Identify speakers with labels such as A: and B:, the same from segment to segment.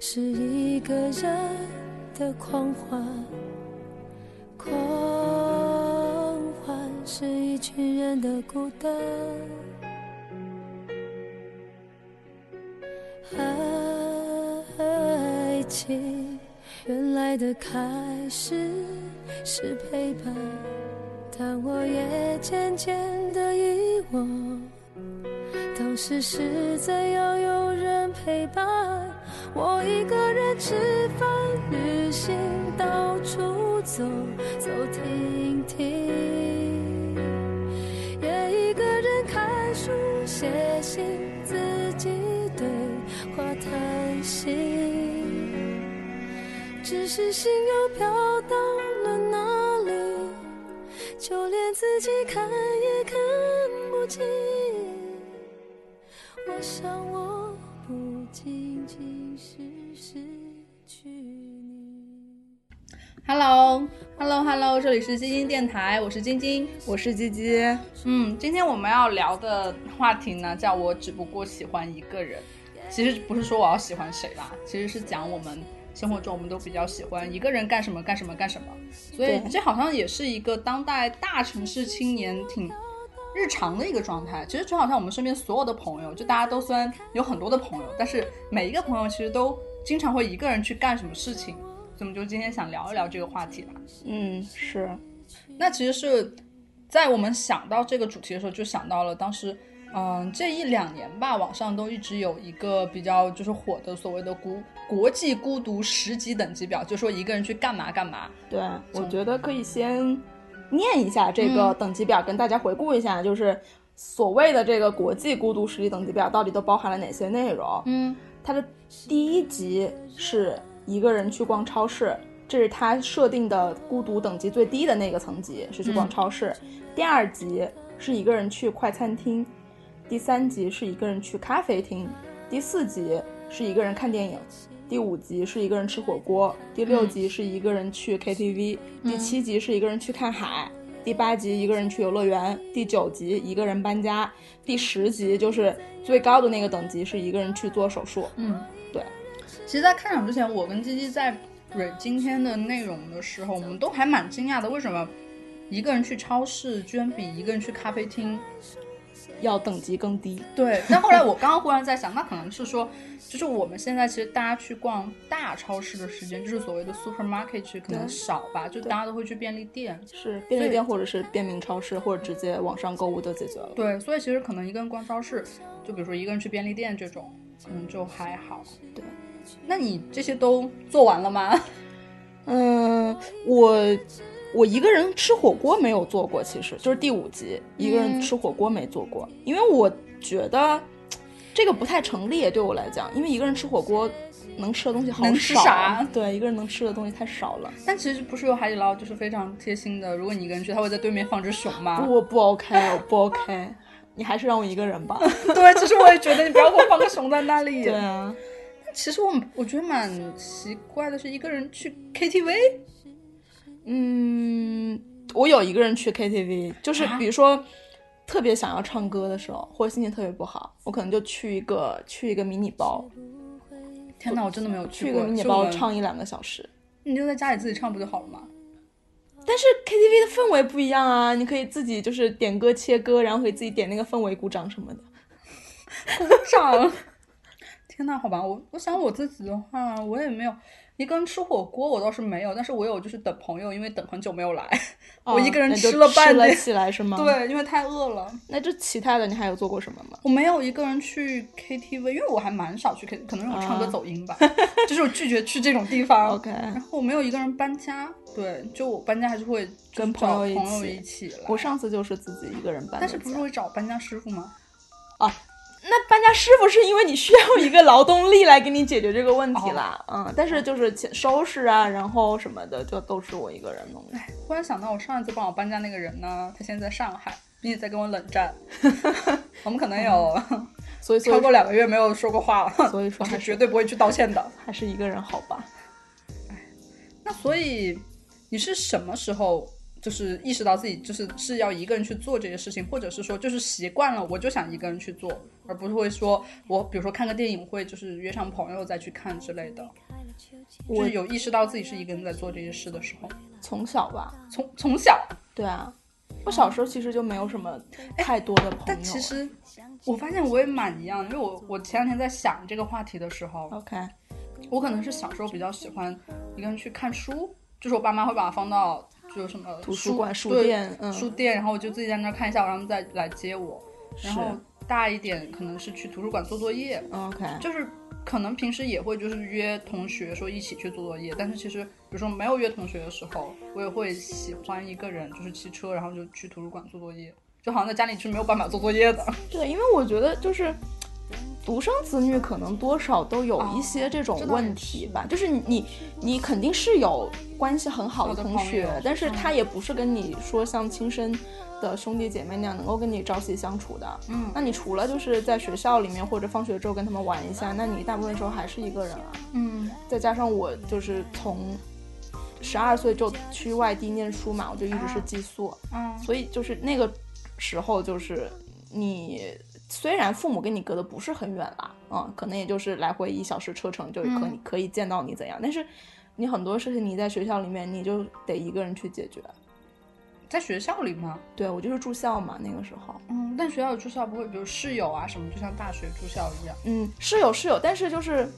A: 是一个人的狂欢，狂欢是一群人的孤单。爱情原来的开始是陪伴，但我也渐渐的遗忘，当时是怎样有人陪伴。我一个人吃饭、旅行，到处走走停停，也一个人看书、写信，自己对话谈心。只是心又飘到了哪里，就连自己看也看不清。我想，我不仅仅是失去你。
B: Hello，Hello，Hello，这里是晶晶电台，我是晶晶。
C: 我是鸡鸡，
B: 嗯，今天我们要聊的话题呢，叫我只不过喜欢一个人。其实不是说我要喜欢谁啦，其实是讲我们生活中我们都比较喜欢一个人干什么干什么干什么。所以
C: 对
B: 这好像也是一个当代大城市青年挺日常的一个状态。其实就好像我们身边所有的朋友，就大家都虽然有很多的朋友，但是每一个朋友其实都经常会一个人去干什么事情。所以我们就今天想聊一聊这个话题吧。
C: 嗯，是，
B: 那其实是在我们想到这个主题的时候，就想到了当时，嗯，这一两年吧，网上都一直有一个比较就是火的所谓的孤国际孤独十级等级表，就说一个人去干嘛干嘛。
C: 对，我觉得可以先念一下这个等级表，跟大家回顾一下，就是所谓的这个国际孤独实力等级表到底都包含了哪些内容。
B: 嗯
C: 它的第一级是一个人去逛超市，这是它设定的孤独等级最低的那个层级，是去逛超市。第二级是一个人去快餐厅，第三级是一个人去咖啡厅，第四级是一个人看电影。第五级是一个人吃火锅，第六级是一个人去 KTV，、第七级是一个人去看海，第八级一个人去游乐园，第九级一个人搬家，第十级就是最高的那个等级是一个人去做手术。
B: 嗯，
C: 对。
B: 其实，在开场之前，我跟鸡鸡在蕊今天的内容的时候，我们都还蛮惊讶的，为什么一个人去超市居然比一个人去咖啡厅
C: 要等级更低。
B: 对，但后来我刚刚忽然在想，那可能是说，就是我们现在其实大家去逛大超市的时间，就是所谓的 supermarket 去可能
C: 对
B: 少吧，就大家都会去便利店。
C: 是
B: 所
C: 便
B: 以
C: 利店或者是便民超市，或者直接网上购物就解决了。
B: 对，所以其实可能一个人逛超市，就比如说一个人去便利店这种，可能就还好。
C: 对，
B: 那你这些都做完了吗？
C: 嗯，我我一个人吃火锅没有做过，其实就是第五集一个
B: 嗯
C: 人吃火锅没做过，因为我觉得这个不太成立，对我来讲，因为一个人吃火锅能吃的东西好少，
B: 能吃啥
C: 对，一个人能吃的东西太少了，
B: 但其实不是有海底捞，就是非常贴心的，如果你一个人去，他会在对面放只熊吗？
C: 不不 OK，我不 OK，你 还是让我一个人吧。
B: 对，其实我也觉得你不要给我放个熊在那里。
C: 对啊，
B: 其实我我觉得蛮奇怪的是，一个人去 KTV。
C: 嗯，我有一个人去 KTV，就是
B: 啊
C: 比如说、特别想要唱歌的时候，或者心情特别不好，我可能就去一个去一个迷你包，
B: 天哪，我真的没有
C: 去
B: 去
C: 一个
B: 过。
C: 迷你
B: 是我
C: 包
B: 们
C: 唱一两个小时。
B: 你就在家里自己唱不就好了 吗？
C: 但是 KTV 的氛围不一样啊，你可以自己就是点歌切歌，然后可以自己点那个氛围鼓掌什么的。
B: 唱。天呐，好吧，我我想我自己的话，我也没有一个人吃火锅，我倒是没有，但是我有就是等朋友，因为等很久没有来，我一个人
C: 啊那就
B: 吃了半
C: 了
B: 点。
C: 起来是吗？。
B: 对，因为太饿了。
C: 那这其他的你还有做过什么吗？
B: 我没有一个人去 KTV，因为我还蛮少去 K，可能是我唱歌
C: 啊走
B: 走音吧， 就是我拒绝去这种地方。
C: OK
B: 然后我没有一个人搬家，对，就我搬家还是会就
C: 跟
B: 是找
C: 朋友一
B: 朋友
C: 起
B: 一起来。
C: 我上次就是自己一个人搬的家，
B: 但是不是会找搬家师傅吗？
C: 那搬家师傅是因为你需要一个劳动力来给你解决这个问
B: 哦
C: 题啦，嗯，但是就是前收拾啊，然后什么的，就都是我一个人弄的。
B: 忽然想到，我上一次帮我搬家那个人呢，他现在在上海，并且在跟我冷战。 我们可能有
C: 所以所
B: 超
C: 以
B: 过两个月没有说过话了，
C: 所以说
B: 我是
C: 还是
B: 绝对不会去道歉的。
C: 还是一个人好吧？
B: 那所以你是什么时候就是意识到自己就是是要一个人去做这些事情，或者是说就是习惯了，我就想一个人去做，而不是会说我比如说看个电影会就是约上朋友再去看之类的。就
C: 我
B: 是有意识到自己是一个人在做这些事的时候，
C: 从小吧，
B: 从从小，
C: 对啊，我小时候其实就没有什么太多的朋
B: 哦
C: 友。
B: 哎但其实我发现我也蛮一样的，因为我我前两天在想这个话题的时候，
C: ，OK，
B: 我可能是小时候比较喜欢一个人去看书，就是我爸妈会把它放到就是什么
C: 图书馆、
B: 书
C: 书
B: 对
C: 店，嗯，
B: 书店，然后我就自己在那儿看一下，然后再来接我。
C: 是
B: 然后大一点可能是去图书馆做作业，
C: OK，
B: 就是可能平时也会就是约同学说一起去做作业，但是其实比如说没有约同学的时候，我也会喜欢一个人就是骑车，然后就去图书馆做作业，就好像在家里是没有办法做作业的。
C: 对，因为我觉得就是独生子女可能多少都有一些这种
B: 哦这倒也
C: 问题吧，就是你你你肯定是有关系很好
B: 好
C: 的
B: 的
C: 同
B: 朋
C: 学
B: 友，
C: 但是
B: 嗯
C: 他也不是跟你说像亲生的兄弟姐妹那样能够跟你朝夕相处的。
B: 嗯
C: 那你除了就是在学校里面或者放学之后跟他们玩一下，那你大部分时候还是一个人啊。
B: 嗯
C: 再加上我就是从十二岁就去外地念书嘛，我就一直是
B: 啊
C: 寄宿。
B: 嗯
C: 所以就是那个时候，就是你虽然父母跟你隔得不是很远啦，嗯，可能也就是来回一小时车程就可以、
B: 嗯
C: 可以见到你怎样，但是你很多事情你在学校里面你就得一个人去解决。
B: 在学校里吗？
C: 对我就是住校嘛，那个时候，
B: 嗯，但学校住校不会，比如室友啊什么，就像大学住校一样。
C: 嗯，是有是有，但是就是。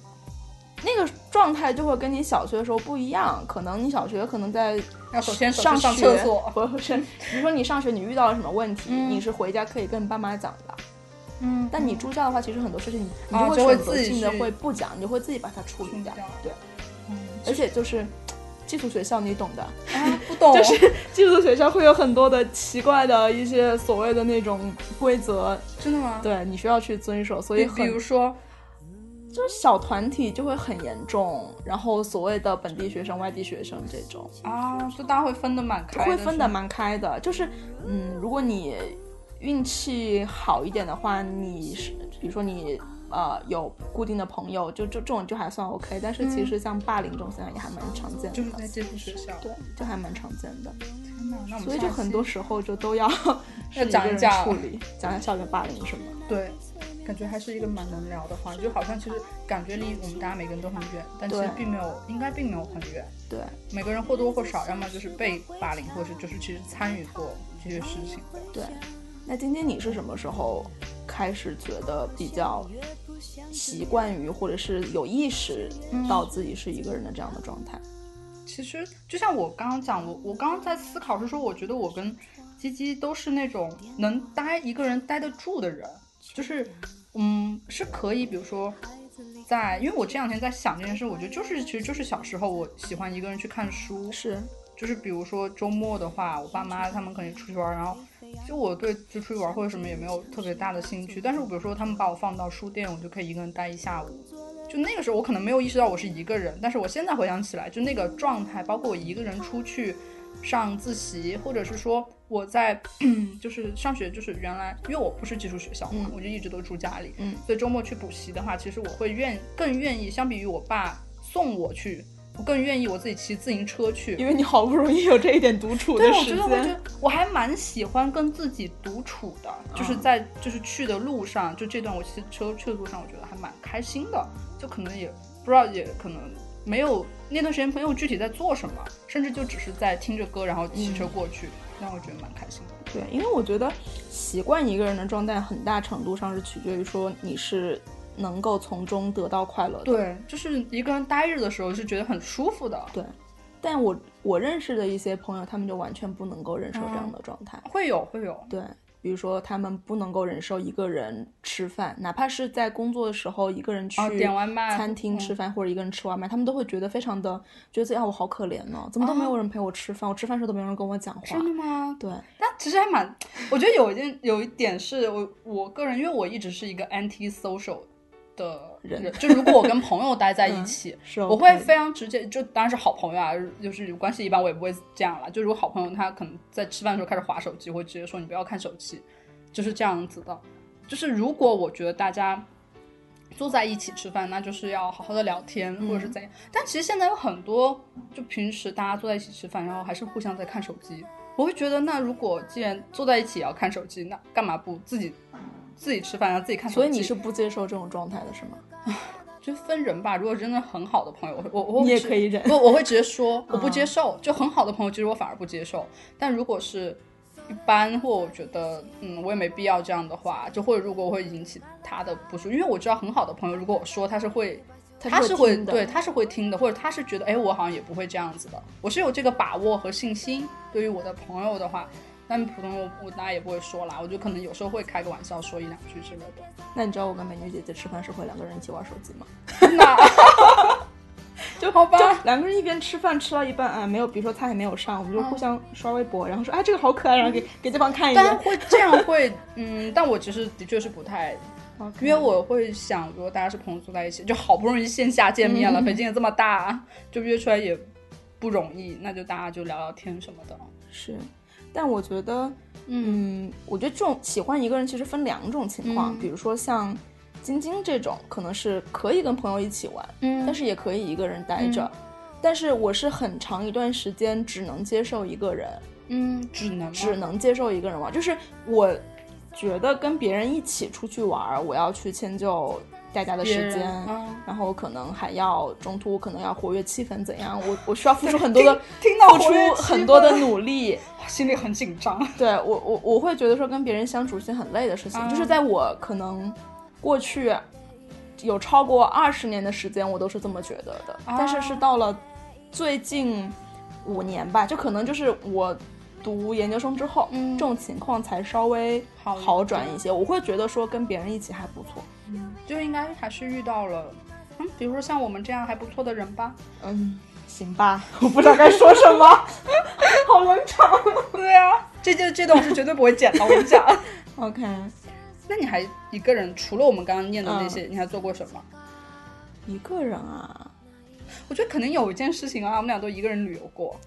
C: 那个状态就会跟你小学的时候不一样，可能你小学可能在
B: 要首先手
C: 上
B: 去上
C: 学
B: 厕 所。
C: 或者是比如说你上学你遇到了什么问题，
B: 嗯
C: 你是回家可以跟爸妈讲的，
B: 嗯
C: 但你住校的话，其实很多事情你
B: 啊
C: 你
B: 就
C: 嗯会
B: 会
C: 选择
B: 自己
C: 性的
B: 去
C: 会不讲，你就会自己把它处理
B: 处理
C: 掉
B: 掉。
C: 对，
B: 嗯
C: 而且就是寄宿学校，你懂的，
B: 啊，不懂。
C: 就是 寄宿学校会有很多的奇怪的一些所谓的那种规则，
B: 真的吗？
C: 对你需要去遵守，所以
B: 比
C: 很
B: 比如说，
C: 就是小团体就会很严重，然后所谓的本地学生、外地学生这种。
B: 啊，就大家会分的蛮开的，
C: 会分
B: 是
C: 的
B: 吗
C: 蛮开的，就是嗯，如果你运气好一点的话，你是比如说你呃有固定的朋友，就就这种就还算 OK。但是其实像霸凌这种现象也还蛮常见的，
B: 嗯就是在寄宿学校。
C: 对，就还蛮常见的。
B: 天哪，那我们
C: 所以
B: 下
C: 就很
B: 期
C: 多时候就都要 是
B: 要
C: 一
B: 讲
C: 个
B: 一
C: 人
B: 讲
C: 处理，讲讲校园霸凌什么的。
B: 对，感觉还是一个蛮能聊的话，就好像其实感觉离我们大家每个人都很远，但其实
C: 对
B: 并没有，应该并没有很远。
C: 对，
B: 每个人或多或少，要么就是被霸凌，或者就是其实参与过这些事情。
C: 那今天你是什么时候开始觉得比较习惯于或者是有意识
B: 嗯
C: 到自己是一个人的这样的状态？
B: 其实就像我刚刚讲，我我刚刚在思考是说，我觉得我跟鸡鸡都是那种能待一个人待得住的人，就是嗯是可以，比如说在，因为我这两天在想这件事，我觉得就是其实就是小时候我喜欢一个人去看书，
C: 是，
B: 就是比如说周末的话，我爸妈他们可能出去玩儿，然后就我对就出去玩儿或者什么也没有特别大的兴趣。但是比如说他们把我放到书店，我就可以一个人待一下午。就那个时候我可能没有意识到我是一个人，但是我现在回想起来，就那个状态，包括我一个人出去上自习，或者是说我在 就是上学，就是原来因为我不是寄宿学校嘛，
C: 嗯
B: 我就一直都住家里，
C: 嗯
B: 所以周末去补习的话，其实我会愿更愿意，相比于我爸送我去。我更愿意我自己骑自行车去，
C: 因为你好不容易有这一点独处的
B: 对，我
C: 时
B: 觉得我觉
C: 间
B: 得，我还蛮喜欢跟自己独处的，就是在就是去的路上，就这段我骑车去的路上，我觉得还蛮开心的。就可能也不知道，也可能没有那段时间没有具体在做什么，甚至就只是在听着歌，然后骑车过去，让我觉得蛮开心的。
C: 对，因为我觉得习惯一个人的状态，很大程度上是取决于说你是能够从中得到快乐的。，
B: 对，就是一个人待着的时候是觉得很舒服的，
C: 但我我认识的一些朋友，他们就完全不能够忍受这样的状态。
B: 会有会有，
C: 对，比如说他们不能够忍受一个人吃饭，哪怕是在工作的时候一个人去
B: 哦点外卖嗯
C: 餐厅吃饭、或者一个人吃外卖，他们都会觉得非常的觉得自己啊我好可怜呢、怎么都没有人陪我吃饭，我吃饭时候都没有人跟我讲话。
B: 哦真的吗？
C: 对，
B: 但其实还蛮，我觉得有一件有一点是我我个人，因为我一直是一个 anti social 的
C: 人，
B: 就如果我跟朋友待在一起
C: 是
B: 我
C: OK
B: 会
C: 的
B: 非常直接，就当然是好朋友啊，就是有关系一般我也不会这样了。就如果好朋友他可能在吃饭的时候开始划手机，我会直接说你不要看手机，就是这样子的。就是如果我觉得大家坐在一起吃饭，那就是要好好的聊天，或者
C: 嗯
B: 是怎样。但其实现在有很多，就平时大家坐在一起吃饭，然后还是互相在看手机，我会觉得，那如果既然坐在一起也要看手机，那干嘛不自己自己吃饭，然后自己看手机？
C: 所以你是不接受这种状态的是吗？
B: 就分人吧。如果真的很好的朋友，我会我我会
C: 你也
B: 直
C: 可以忍嗯
B: 不，我会直接说我不接受。就很好的朋友，其实我反而不接受。但如果是一般或我觉得嗯，我也没必要这样的话，就或者如果我会引起他的不舒服，因为我知道很好的朋友，如果我说他是会。他
C: 他
B: 是
C: 是
B: 会
C: 会听的
B: 对，他是会听的，或者他是觉得，哎，我好像也不会这样子的。我是有这个把握和信心。对于我的朋友的话，但普通我我当然也不会说啦，我就可能有时候会开个玩笑说一两句之类的。
C: 那你知道我跟美女姐姐吃饭是会两个人一起玩手机吗？
B: 那
C: 就
B: 好吧
C: 就两个人一边吃饭吃到一半啊，没有，比如说菜还没有上，我们就互相刷微博，然后说哎这个好可爱，然后给嗯给对啊方看一
B: 但
C: 眼。
B: 会这样会，嗯，但我其实的确是不太，因为
C: OK
B: 我会想，如果大家是朋友坐在一起，就好不容易线下见面
C: 嗯
B: 了，北京也这么大，就约出来也不容易，那就大家就聊聊天什么的。
C: 是，但我觉得，嗯，我觉得这种喜欢一个人其实分两种情况，比如说像晶晶这种，可能是可以跟朋友一起玩，
B: 嗯
C: 但是也可以一个人待着。但是我是很长一段时间只能接受一个人，
B: 嗯，只能吗
C: 只能接受一个人玩，就是我觉得跟别人一起出去玩，我要去迁就大家的
B: 别
C: 时
B: 人
C: 间，
B: 嗯
C: 然后可能还要中途可能要活跃气氛怎样，我我需要付出很多的
B: 听到
C: 付
B: 活跃
C: 出
B: 气
C: 很多的
B: 氛
C: 努力，
B: 心里很紧张。
C: 对我我我会觉得说跟别人相处是很累的事情，就是在我可能过去有超过二十年的时间，我都是这么觉得的，但是是到了最近五年吧，就可能就是我读研究生之后，
B: 嗯
C: 这种情况才稍微
B: 好一
C: 好转一些。我会觉得说跟别人一起还不错，
B: 就应该还是遇到了，嗯，比如说像我们这样还不错的人 吧。
C: 嗯，行吧， 我不知道该说什么，好冷场。
B: 对啊，这这这段我是绝对不会剪的，我跟你讲。
C: OK，
B: 那你还一个人，除了我们刚刚念的
C: 嗯
B: 那些，你还做过什么？
C: 一个人啊，
B: 我觉得肯定有一件事情啊，我们俩都一个人旅游过。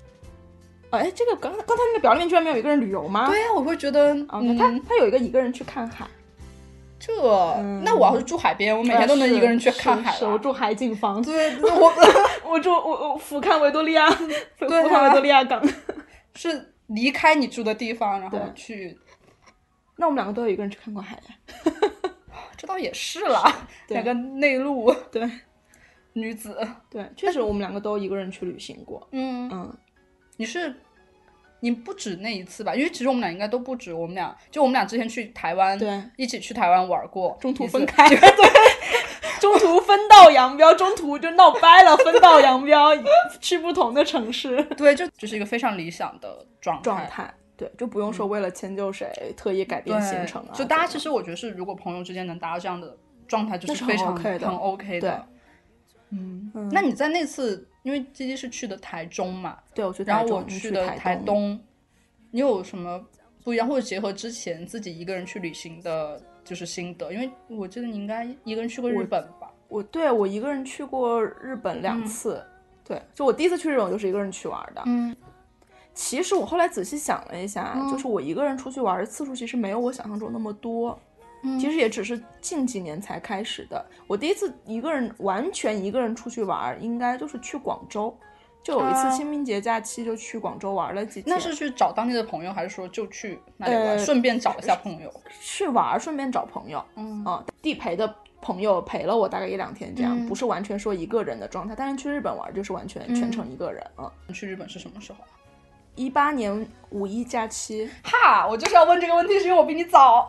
C: 哎，这个刚刚才那个表里面居然没有一个人旅游吗？
B: 对呀、我会觉得，
C: 啊，
B: 嗯，
C: 他他有一个一个人去看海，
B: 这、那我要是住海边，我每天都能一个人去看海
C: 嗯啊呃是是我
B: 了。
C: 住海景房，
B: 对，对我
C: 我住我我俯瞰维多利亚，俯
B: 对啊
C: 俯瞰维多利亚港。
B: 是离开你住的地方，然后
C: 对
B: 去，
C: 那我们两个都有一个人去看过海呀。
B: 这倒也是啦。
C: 对
B: 两个内陆
C: 对
B: 女子，
C: 对，确实我们两个都一个人去旅行过。
B: 嗯，
C: 嗯，
B: 你是你不止那一次吧？因为其实我们俩应该都不止，我们俩就我们俩之前去台湾，
C: 嗯对，
B: 一起去台湾玩过，
C: 中途
B: 一次
C: 分开，对， 中途分道扬镳，中途就闹掰了，分道扬镳，去不同的城市。
B: 对，就就是一个非常理想的状态。
C: 状态对，就不用说为了迁就谁特意改变
B: 对
C: 行程啊。
B: 就大家
C: 怎
B: 其
C: 样
B: 实我觉得是，如果朋友之间能达到这样的状态，就
C: 那是
B: 非
C: 很
B: 常
C: OK 的
B: 很 OK 的。嗯，那你在那次，因为鸡鸡是去的台中嘛，
C: 对我去
B: 然
C: 台
B: 后
C: 中，
B: 我
C: 你去
B: 的台
C: 东，
B: 东，你有什么不一样，或者结合之前自己一个人去旅行的，就是心得？因为我记得你应该一个人去过日
C: 我
B: 本吧？
C: 我对我一个人去过日本两次，对，就我第一次去日本我就是一个人去玩的。
B: 嗯，
C: 其实我后来仔细想了一下，就是我一个人出去玩的次数其实没有我想象中那么多。
B: 嗯
C: 其实也只是近几年才开始的。我第一次一个人完全一个人出去玩，应该就是去广州，就有一次
B: 啊
C: 清明节假期就去广州玩了几天。
B: 那是去找当地的朋友，还是说就去那里玩，
C: 呃
B: 顺便找一下朋友？
C: 去玩儿，顺便找朋友，嗯啊，地陪的朋友陪了我大概一两天，这
B: 嗯
C: 样、不是完全说一个人的状态，但是去日本玩儿就是完全、全程一个人啊。
B: 你去日本是什么时候啊？
C: 一八年五一 假期
B: 哈，我就是要问这个问题，是因为我比你早。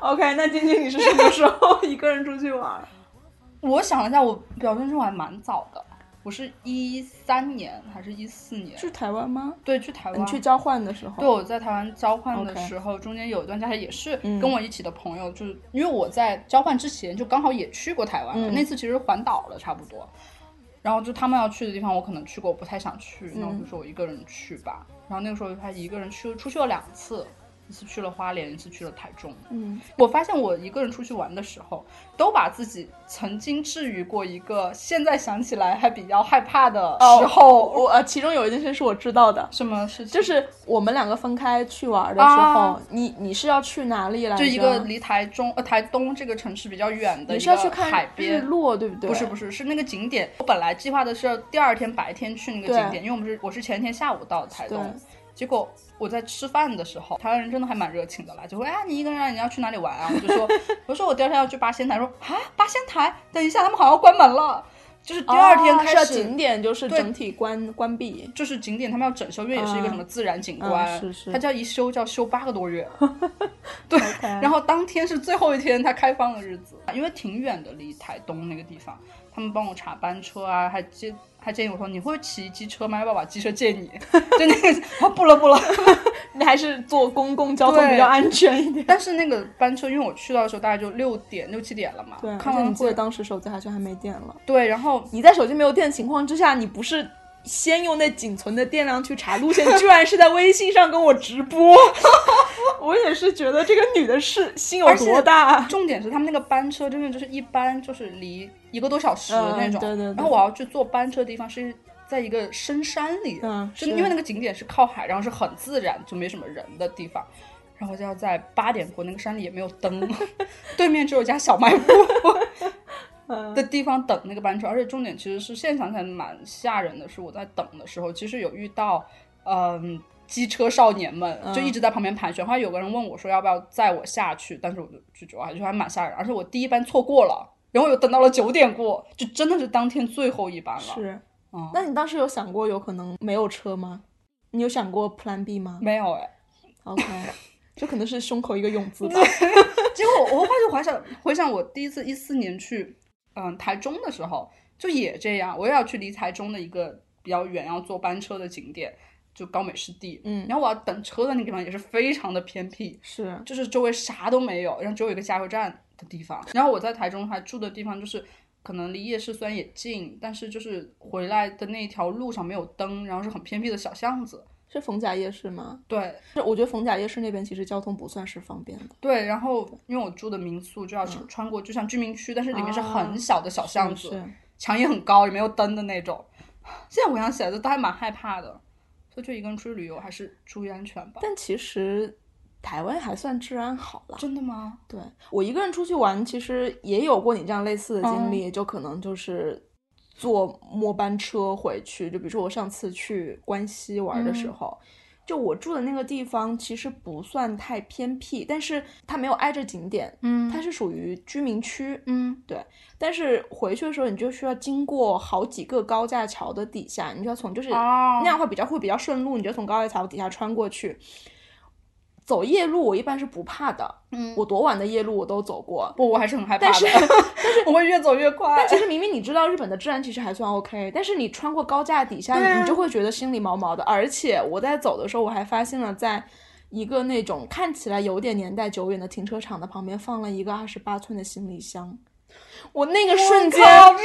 C: ，OK，那晶晶你是什么时 候一个人出去玩儿？
B: 我想了一下，我表证我还蛮早的，我是一三年还是一四年？
C: 去台湾吗？
B: 对，去台湾。
C: 你去交换的时候，
B: 对，我在台湾交换的
C: OK
B: 时候中间有一段假期也是
C: 嗯
B: 跟我一起的朋友，就是因为我在交换之前就刚好也去过台湾了，
C: 嗯
B: 那次其实环岛了差不多。然后就他们要去的地方，我可能去过，我不太想去，那我
C: 嗯
B: 就说我一个人去吧。然后那个时候他一个人去出去了两次，一次去了花莲，一次去了台中。
C: 嗯，
B: 我发现我一个人出去玩的时候，都把自己曾经置于过一个现在想起来还比较害怕的时候。
C: 我呃，其中有一件事是我知道的。
B: 什么事情？
C: 就是我们两个分开去玩儿的时候，
B: 啊
C: 你你是要去哪里来着？
B: 就一个离台中呃台东这个城市比较远的
C: 你
B: 一
C: 是要
B: 个
C: 去看
B: 海
C: 日
B: 边。
C: 落，对不对？
B: 不是不是，是那个景点。我本来计划的是第二天白天去那个
C: 对
B: 景点，因为我们是我是前天下午到台东
C: 对，
B: 结果我在吃饭的时候，台湾人真的还蛮热情的啦，就会啊，你一个人啊，你要去哪里玩啊？我就 说，我说我第二天要去八仙台，说啊，八仙台，等一下他们好像要关门了，就是第二天
C: 哦
B: 开
C: 是要
B: 始。
C: 景点就是
B: 对
C: 整体关 关闭，
B: 就是景点，他们要整修，因为也是一个什么自然景观，
C: 嗯是是
B: 它叫一修叫修八个多月，对
C: OK
B: 然后当天是最后一天它开放的日子，因为挺远的，离台东那个地方，他们帮我查班车啊，还建还建议我说你会骑机车吗？要不要把机车借你？ 就那个啊不了不了，
C: 你还是坐公共交通
B: 对
C: 比较安全一点。
B: 但是那个班车，因为我去到的时候大概就六点六七点了嘛，
C: 对，
B: 看
C: 而且
B: 完
C: 你记
B: 会
C: 得当时手机好像还没电了。
B: 对，然后
C: 你在手机没有电的情况之下，你不是先用那仅存的电量去查路线，居然是在微信上跟我直播， 我也是觉得这个女的是心有多大。啊
B: 重点是他们那个班车真的就是一班就是离一个多小时
C: 嗯
B: 那种，
C: 对对对
B: 然后我要去坐班车的地方是在一个深山里，
C: 嗯
B: 就是因为那个景点是靠海，然后是很自然就没什么人的地方，然后就要在八点过，那个山里也没有 灯，对面只有一家小卖部。的地方等那个班车，而且重点其实是现场才蛮吓人的是，我在等的时候，其实有遇到，嗯，机车少年们就一直在旁边盘旋。后来有个人问我说要不要载我下去，但是我就拒绝，我还觉得还蛮吓人。而且我第一班错过了，然后又等到了九点过，就真的是当天最后一班了。
C: 是，
B: 嗯，
C: 那你当时有想过有可能没有车吗？你有想过 Plan B 吗
B: 没有哎，
C: ？OK，这 可能是胸口一个勇 字吧。
B: 结果我我后来就回想回想我第一次一四年去嗯台中的时候，就也这样，我也要去离台中的一个比较远，要坐班车的景点，就高美湿地。
C: 嗯
B: 然后我要等车的那个地方也是非常的偏僻，
C: 是，
B: 就是周围啥都没有，然后只有一个加油站的地方。然后我在台中还住的地方就是。可能离夜市虽然也近，但是就是回来的那一条路上没有灯，然后是很偏僻的小巷子。
C: 是逢甲夜市吗？
B: 对，
C: 是，我觉得逢甲夜市那边其实交通不算是方便的。
B: 对，然后因为我住的民宿就要穿穿过，就像居民区，但是里面是
C: 嗯啊
B: 很小的小巷子，
C: 是
B: 墙也很高，也没有灯的那种。现在回想起来，都还蛮害怕的。所以就一个人出去旅游，还是注意安全吧。
C: 但其实台湾还算治安好啦。
B: 真的吗？
C: 对我一个人出去玩，其实也有过你这样类似的
B: 哦
C: 经历，就可能就是坐末班车回去。就比如说我上次去关西玩的时
B: 嗯
C: 候，就我住的那个地方其实不算太偏僻，但是它没有挨着景点，
B: 嗯
C: 它是属于居民区。
B: 嗯
C: 但是回去的时候，你就需要经过好几个高架桥的底下，你就要从就是
B: 哦
C: 那样的话比较会比较顺路，你就从高架桥底下穿过去。走夜路我一般是不怕的，
B: 嗯，
C: 我多晚的夜路我都走过。
B: 不，我还是很害怕
C: 但
B: 的。
C: 是
B: 但是我会越走越快
C: 但。其实明明你知道日本的治安其实还算 OK，但是你穿过高架底下，
B: 对啊
C: 你就会觉得心里毛毛的。而且我在走的时候，我还发现了在。一个那种看起来有点年代久远的停车场的旁边放了一个二十八寸的行李箱，我那个瞬间，
B: 靠，这是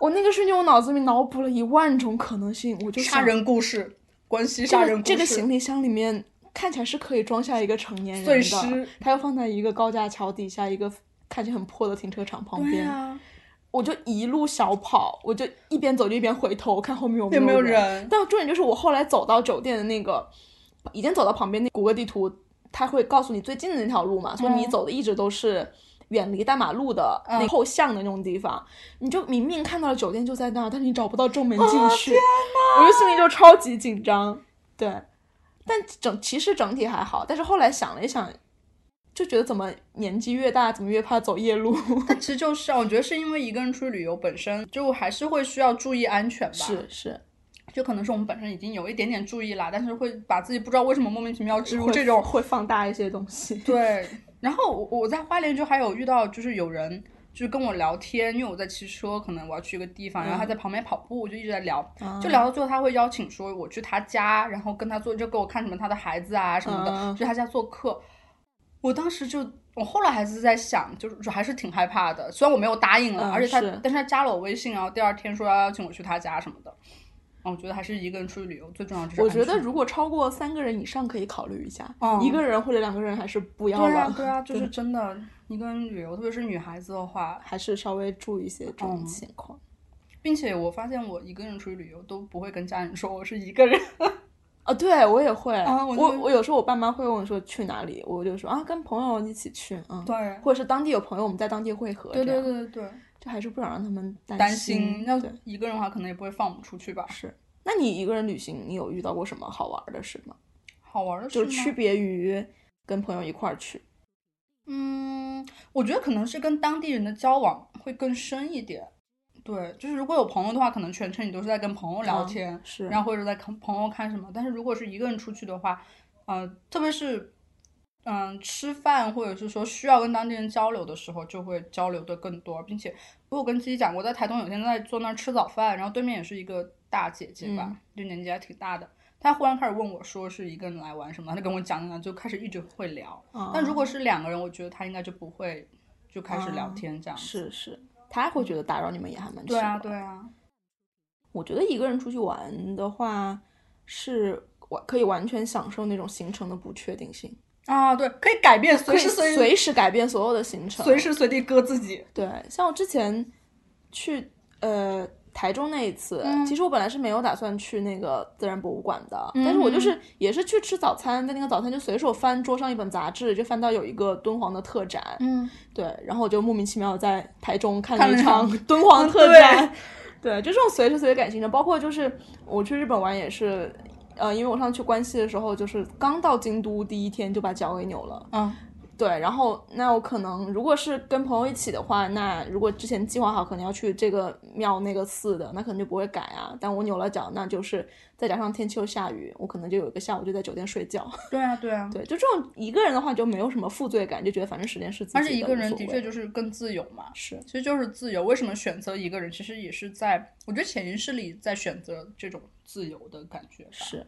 C: 我那个瞬间，我脑子里脑补了一万种可能性，我就
B: 啥？杀
C: 想
B: 人故事，关西
C: 这
B: 杀人
C: 个
B: 故事。
C: 这个行李箱里面看起来是可以装下一个成年人
B: 碎
C: 的
B: 尸，
C: 它又放在一个高架桥底下一个看起来很破的停车场旁
B: 对
C: 边，
B: 啊，
C: 我就一路小跑，我就一边走就一边回头看后面有
B: 有没有
C: 人。
B: 人？
C: 但重点就是我后来走到酒店的那个，已经走到旁边那谷歌地图，它会告诉你最近的那条路嘛，所以你
B: 嗯
C: 走的一直都是远离大马路的那后巷的那种地方，你就明明看到了酒店就在那儿，但是你找不到正门
B: 哦
C: 进去，我就心里就超级紧张。对，但整其实整体还好，但是后来想了一想，就觉得怎么年纪越大，怎么越怕走夜路。
B: 但其实就是啊，我觉得是因为一个人出去旅游本身就还是会需要注意安全吧。
C: 是是，
B: 就可能是我们本身已经有一点点注意啦，但是会把自己不知道为什么莫名其妙植入
C: 会
B: 这种
C: 会放大一些东西。
B: 对。 然后我我在花莲就还有遇到，就是有人就是跟我聊天，因为我在骑车，可能我要去一个地方，然
C: 嗯
B: 后他在旁边跑步，我就一直在聊，
C: 哦
B: 就聊到最后他会邀请说我去他家，然后跟他做，就给我看什么他的孩子啊什么的，
C: 嗯嗯
B: 去他家做客。我当时就，我后来还是在想，就是就还是挺害怕的。虽然我没有答应了，
C: 嗯
B: 而且他，
C: 是
B: 但是他加了我微信，然后第二天说要邀请我去他家什么的。嗯我觉得还是一个人出去旅游最重要的就是
C: 我
B: 安全。
C: 觉得如果超过三个人以上，可以考虑一下，
B: 嗯
C: 一个人或者两个人还是不要
B: 对
C: 了。
B: 啊，对 啊，就是真的，一个人旅游，特别是女孩子的话，
C: 还是稍微注意一些这种
B: 嗯
C: 情况。
B: 并且我发现我一个人出去旅游都不会跟家人说我是一个人。
C: 啊，对我也会，
B: 啊我
C: 嗯我
B: 就会
C: 我有时候我爸妈会问我说去哪里，我就说啊跟朋友一起去，嗯，
B: 对，
C: 或者是当地有朋友，我们在当地汇合，
B: 对
C: 这
B: 对
C: 样，
B: 对对对，
C: 就还是不想让他们
B: 担
C: 心
B: 心。要
C: 对，
B: 一个人的话，可能也不会放我们出去吧。
C: 是。那你一个人旅行，你有遇到过什么好玩的事吗？
B: 好玩的事
C: 就
B: 吗？
C: 是区别于跟朋友一块儿去。
B: 嗯，我觉得可能是跟当地人的交往会更深一点。对，就是如果有朋友的话，可能全程你都是在跟朋友聊
C: 嗯
B: 天，
C: 是
B: 然后或者在看朋友看什么。但是如果是一个人出去的话，呃，特别是嗯、吃饭或者是说需要跟当地人交流的时候，就会交流的更多，并且我有跟自己讲过，在台东有一天在坐那儿吃早饭，然后对面也是一个大姐姐吧，
C: 嗯
B: 就年纪还挺大的。她忽然开始问我说是一个人来玩什么，她就跟我讲讲，就开始一直会聊。
C: 哦
B: 但如果是两个人，我觉得她应该就不会就开始聊
C: 啊
B: 天这样子。
C: 是是，他会觉得打扰你们也还蛮奇
B: 对
C: 怪。
B: 啊，对啊，
C: 我觉得一个人出去玩的话，是我可以完全享受那种行程的不确定性，
B: 啊，对，可以改变，
C: 可
B: 随
C: 以
B: 时随
C: 随时改变所有的行程，
B: 随时随地割自己。
C: 对，像我之前去呃台中那一次，
B: 嗯
C: 其实我本来是没有打算去那个自然博物馆的，但是我就
B: 嗯
C: 是也是去吃早餐，在那个早餐就随手翻桌上一本杂志，就翻到有一个敦煌的特展，
B: 嗯，
C: 对，然后我就莫名其妙在台中看
B: 看
C: 了一
B: 了
C: 场
B: 场
C: 敦煌
B: 嗯
C: 特
B: 对
C: 展，对，就这种随时随地感性的，包括就是我去日本玩也是。呃，因为我上次去关西的时候，就是刚到京都第一天就把脚给扭了，
B: 嗯，
C: 对，然后那我可能如果是跟朋友一起的话，那如果之前计划好可能要去这个庙那个寺的，那可能就不会改啊。但我扭了脚，那就是再加上天气又下雨，我可能就有一个下午就在酒店睡觉。
B: 对啊，对啊。
C: 对，就这种一个人的话就没有什么负罪感，就觉得反正时间是自己的，
B: 而且一个人
C: 无所
B: 的
C: 谓
B: 确就是更自由嘛，
C: 是
B: 其实就是自由。为什么选择一个人，其实也是在我觉得潜意识里在选择这种自由的感觉吧。
C: 是。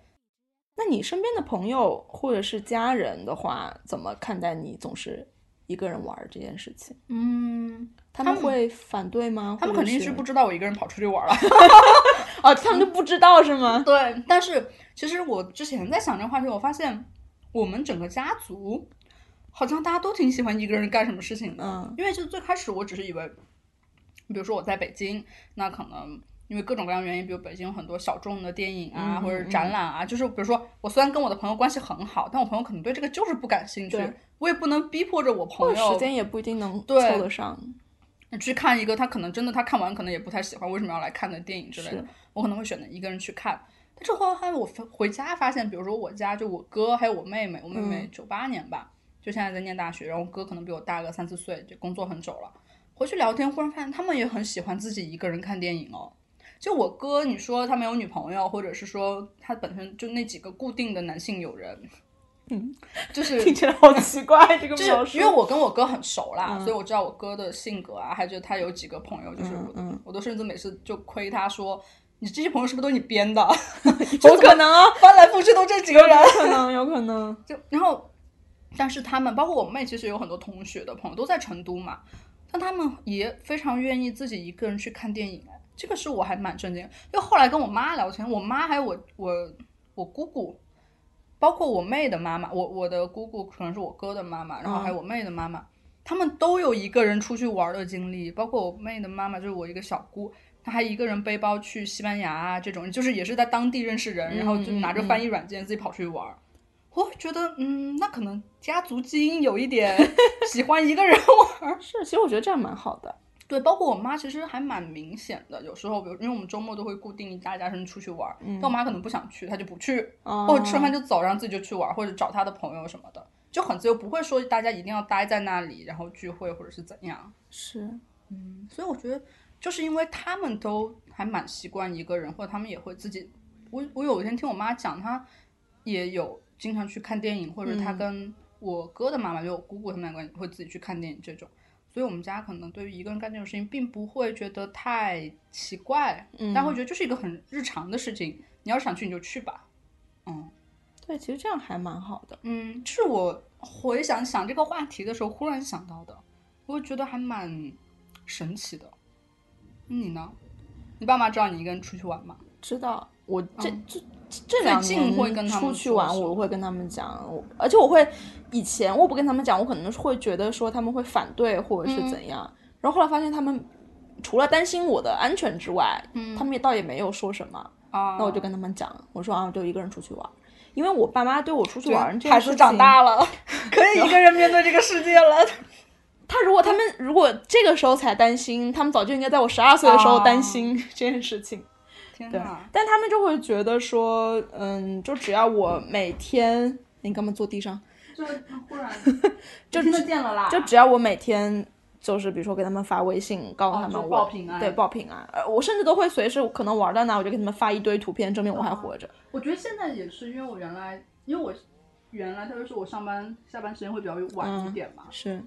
C: 那你身边的朋友或者是家人的话，怎么看待你总是一个人玩儿这件事情？
B: 嗯，
C: 他们
B: 他们
C: 会反对吗？
B: 他们
C: 或
B: 肯
C: 者
B: 定是不知道我一个人跑出去玩了。
C: 哦，他们就不知道是吗？
B: 对，但是其实我之前在想这个话题，我发现我们整个家族好像大家都挺喜欢一个人干什么事情的。
C: 嗯
B: 因为就最开始我只是以为，比如说我在北京，那可能因为各种各样的原因，比如北京有很多小众的电影啊，
C: 嗯
B: 或者
C: 嗯
B: 展览啊，就是比如说我虽然跟我的朋友关系很好，但我朋友可能对这个就是不感兴趣
C: 对，
B: 我也不能逼迫着我
C: 或
B: 朋
C: 者时
B: 友
C: 间也不一定能凑
B: 对
C: 得上，
B: 去看一个他可能真的他看完可能也不太喜欢，为什么要来看的电影之类的
C: 是，
B: 我可能会选择一个人去看。但是后来我回回家发现，比如说我家就我哥还有我妹妹，我妹妹九八年吧，就现在在念大学，然后我哥可能比我大个三四岁，就工作很久了。回去聊天，忽然发现他们也很喜欢自己一个人看电影哦。就我哥，你说他没有女朋友，或者是说他本身就那几个固定的男性友人，嗯， 就是
C: 听起来好奇怪这个描
B: 就是
C: 述。
B: 因为我跟我哥很熟啦，
C: 嗯
B: 所以我知道我哥的性格啊，还有就是他有几个朋友，就是
C: 嗯
B: 我,、
C: 嗯
B: 我都甚至每次就亏他说，你这些朋友是不是都是你编的？
C: 有可能啊，
B: 翻来覆去都这几个人。
C: 有可能，有可能。
B: 就然后，但是他们包括我妹，其实有很多同学的朋友都在成都嘛，但他们也非常愿意自己一个人去看电影，哎这个是我还蛮震惊的。因为后来跟我妈聊天，我妈还有我我我姑姑，包括我妹的妈妈，我我的姑姑可能是我哥的妈妈，然后还有我妹的妈妈，他们都有一个人出去玩的经历，包括我妹的妈妈就是我一个小姑。她还一个人背包去西班牙啊，这种就是也是在当地认识人，然后就拿着翻译软件自己跑出去玩。我会觉得，嗯，那可能家族基因有一 点喜欢一个人玩。儿。
C: 是，其实我觉得这样蛮好的。
B: 对，包括我妈其实还蛮明显的，有时候，比如因为我们周末都会固定一大家人出去玩儿，但我妈可能不想去，她就不去，
C: 哦
B: 或者吃完饭就走，然后自己就去玩儿，或者找她的朋友什么的，就很自由，不会说大家一定要待在那里，然后聚会或者是怎样。
C: 是，
B: 所以我觉得，就是因为他们都还蛮习惯一个人，或者他们也会自己。我我有一天听我妈讲，她也有经常去看电影，或者她
C: 嗯
B: 跟我哥的妈妈，就我姑姑他们两个人会自己去看电影这种。所以我们家可能对于一个人干这种事情，并不会觉得太奇怪，
C: 嗯
B: 但会觉得就是一个很日常的事情。你要是想去你就去吧，嗯。
C: 对，其实这样还蛮好的。
B: 嗯，是我回想想这个话题的时候忽然想到的，我觉得还蛮神奇的。你呢？你爸妈知道你一个人出去玩吗？
C: 知道，我这、
B: 嗯
C: 这这这两
B: 最近会跟
C: 年
B: 他们
C: 出去玩，
B: 说是吗
C: 我会跟他们讲，我而且我会以前我不跟他们讲，我可能会觉得说他们会反对或者是怎样，
B: 嗯
C: 然后后来发现他们除了担心我的安全之外，
B: 嗯
C: 他们也倒也没有说什么。
B: 啊，
C: 那 我就跟他们讲，我说啊，我就一个人出去玩，因为我爸妈对我出去
B: 觉得
C: 玩这件
B: 孩
C: 事
B: 子长
C: 情
B: 大了，可以一个人面对这个世界了。
C: 他如果他们
B: 嗯
C: 如果这个时候才担心，他们早就应该在我十二岁的时候
B: 啊
C: 担心这件事情。
B: 天
C: 对
B: 哪，，
C: 但他们就会觉得说，嗯，就只要我每天，你干嘛坐地上？
B: 就忽然
C: 就
B: 听得见了啦，
C: 就只要我每天就是比如说给他们发微信，告诉
B: 哦
C: 他
B: 就
C: 们我、
B: 报平安
C: 对报平安，呃，我甚至都会随时可能玩到哪，我就给他们发一堆图片，证明
B: 啊
C: 我还活着。
B: 我觉得现在也是，因为我原来，因为我原来特别是我上班下班时间会比较晚
C: 嗯
B: 一点嘛，
C: 是，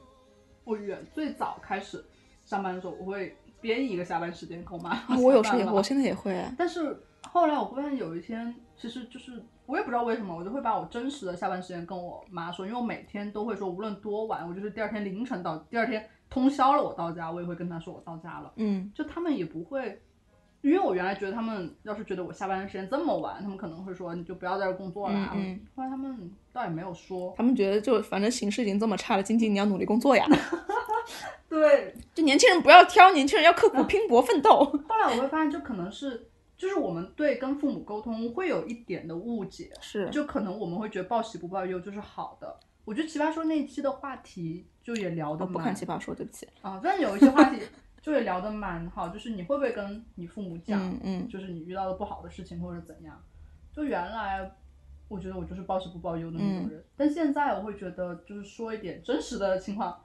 B: 我远最早开始上班的时候，我会编一个下班时间跟我妈。
C: 啊我有时候也会，我
B: 会，
C: 现在也会、啊。
B: 但是后来我发现有一天，其实就是我也不知道为什么，我就会把我真实的下班时间跟我妈说，因为我每天都会说，无论多晚，我就是第二天凌晨到，第二天通宵了我到家，我也会跟她说我到家了。
C: 嗯，
B: 就他们也不会，因为我原来觉得他们要是觉得我下班的时间这么晚，他们可能会说你就不要在这儿工作啦。
C: 嗯嗯
B: 后来他啊们倒也没有说。
C: 他们觉得就反正形势已经这么差了，晶晶你要努力工作呀。
B: 对，
C: 就年轻人不要挑，年轻人要刻
B: 嗯
C: 苦拼搏 奋斗。
B: 后来我会发现，就可能是就是我们对跟父母沟通会有一点的误解，
C: 是
B: 就可能我们会觉得报喜不报忧就是好的。我觉得奇葩说那一期的话题就也聊
C: 我
B: 的
C: 哦不
B: 蛮
C: 看奇葩说，对不起。
B: 啊，但有一些话题就也聊的蛮好，就是你会不会跟你父母讲，
C: 嗯嗯
B: 就是你遇到的不好的事情或者怎样。就原来我觉得我就是报喜不报忧的那
C: 嗯
B: 种人，但现在我会觉得就是说一点真实的情况，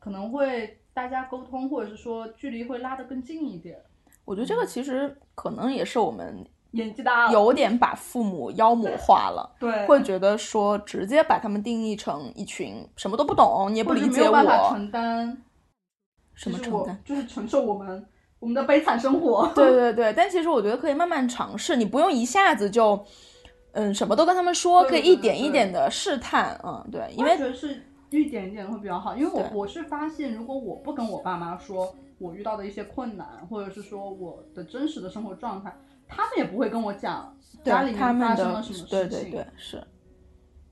B: 可能会大家沟通或者是说距离会拉得更近一点。
C: 我觉得这
B: 嗯
C: 个其实可能也是我们
B: 年纪大了，
C: 有点把父母妖魔化了。
B: 对，
C: 会觉得说直接把他们定义成一群什么都不懂，你也不
B: 或者
C: 理
B: 是没
C: 解
B: 有办法
C: 我，
B: 承担
C: 什么
B: 就是
C: 承
B: 我
C: 担？
B: 就是承受我们我们的悲惨生活。
C: 对对对，但其实我觉得可以慢慢尝试，你不用一下子就，嗯，什么都跟他们说，
B: 对
C: 可以
B: 对
C: 一
B: 对
C: 点一
B: 对
C: 点的试探，嗯，对，因
B: 我
C: 为
B: 觉得是一点一点会比较好，因为我
C: 对
B: 我是发现，如果我不跟我爸妈说我遇到的一些困难，或者是说我的真实的生活状态，他们也不会跟我讲家里
C: 对
B: 面
C: 他
B: 发
C: 们
B: 生了
C: 的
B: 什么事情。，
C: 对对对，是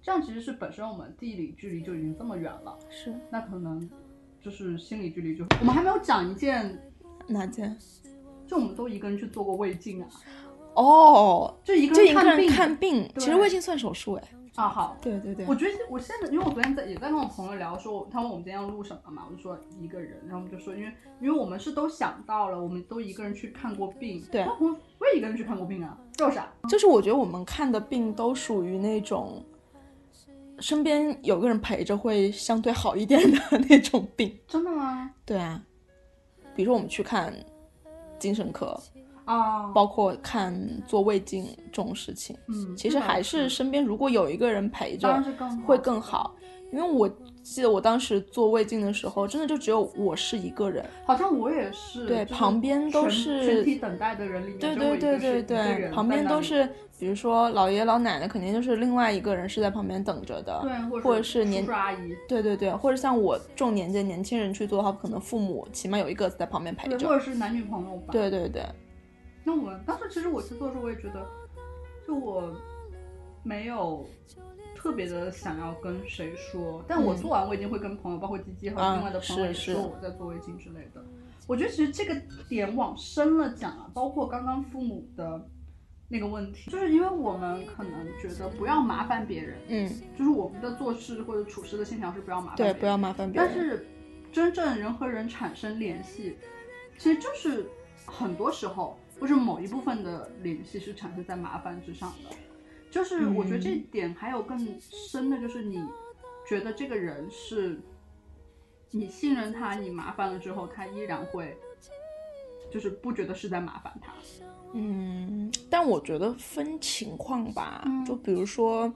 B: 这样其实是本身我们地理距离就已经这么远了，
C: 是
B: 那可能就是心理距离就我们还没有讲一件，
C: 哪件？
B: 就我们都一个人去做过胃镜啊，
C: 哦，
B: 就一个
C: 就一
B: 人
C: 个
B: 看
C: 人
B: 病
C: 看病，其实
B: 对
C: 胃镜算手术哎，
B: 啊，好。
C: 对对对
B: 我，觉得我现在，因为我昨天在也在跟我朋友聊，说我他问我们今天要录什么嘛，我就说一个人，然后我们就说，因为因为我们是都想到了，我们都一个人去看过病。
C: 对
B: 那我我也一个人去看过病啊，这有啥？
C: 就是我觉得我们看的病都属于那种。身边有个人陪着会相对好一点的那种病，
B: 真的吗？
C: 对啊，比如说我们去看精神科，
B: 啊，
C: 包括看做胃镜这种事情，
B: 嗯，
C: 其实
B: 这倒
C: 还是身边如果有一个人陪
B: 当然
C: 着
B: 是更好
C: 会更好，因为我记得我当时做胃镜的时候，真的就只有我是一个人，
B: 好像我也是，
C: 对
B: 就是
C: 旁边都
B: 全
C: 是
B: 全体等待的人里面，
C: 对
B: 只有我
C: 对
B: 一个
C: 对
B: 是一
C: 对
B: 个人
C: 对，旁
B: 在
C: 边
B: 那
C: 都
B: 里
C: 是，比如说老爷老奶奶，肯定就是另外一个人是在旁边等着的，
B: 对，或
C: 或者
B: 是
C: 是年
B: 叔叔阿姨，
C: 对对对，或者像我这种年纪的年轻人去做的话，可能父母起码有一个在旁边陪
B: 对，或
C: 着，
B: 者是男女朋友吧。
C: 哎对对对，
B: 那我当时其实我去做的时候，我也觉得，就我没有特别的想要跟谁说，但我
C: 嗯
B: 做完我已经会跟朋友，包括鸡鸡和
C: 啊
B: 另外的朋友
C: 是
B: 也
C: 是
B: 说我在做微信之类的。我觉得其实这个点往深了讲啊，包括刚刚父母的那个问题，就是因为我们可能觉得不要麻烦别人，
C: 嗯，
B: 就是我们的做事或者处事的信条是不要麻烦别
C: 对，
B: 人，
C: 不要麻烦别
B: 但
C: 人，
B: 是真正人和人产生联系，其实就是很多时候或者某一部分的联系是产生在麻烦之上的。就是
C: 嗯
B: 我觉得这一点还有更深的，就是你觉得这个人是你信任他，你麻烦了之后，他依然会就是不觉得是在麻烦他。
C: 嗯，但我觉得分情况吧，
B: 嗯
C: 就比如说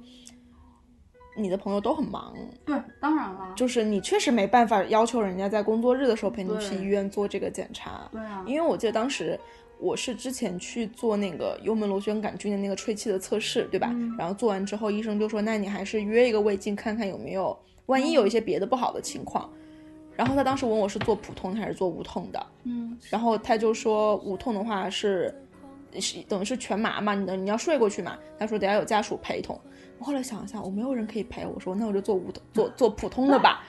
C: 你的朋友都很忙，
B: 对，当然了，
C: 就是你确实没办法要求人家在工作日的时候陪你去
B: 对
C: 医院做这个检查，
B: 对啊，
C: 因为我记得当时我是之前去做那个幽门螺旋杆菌的那个吹气的测试，对吧？
B: 嗯
C: 然后做完之后，医生就说，那你还是约一个胃镜看看有没有，万一有一些别的不好的情况。然后他当时问我是做普通的还是做无痛的，
B: 嗯，
C: 然后他就说无痛的话是是等于是全麻嘛，你的你要睡过去嘛。他说得要有家属陪同。我后来想一下，我没有人可以陪，我说那我就做无痛做做普通的吧。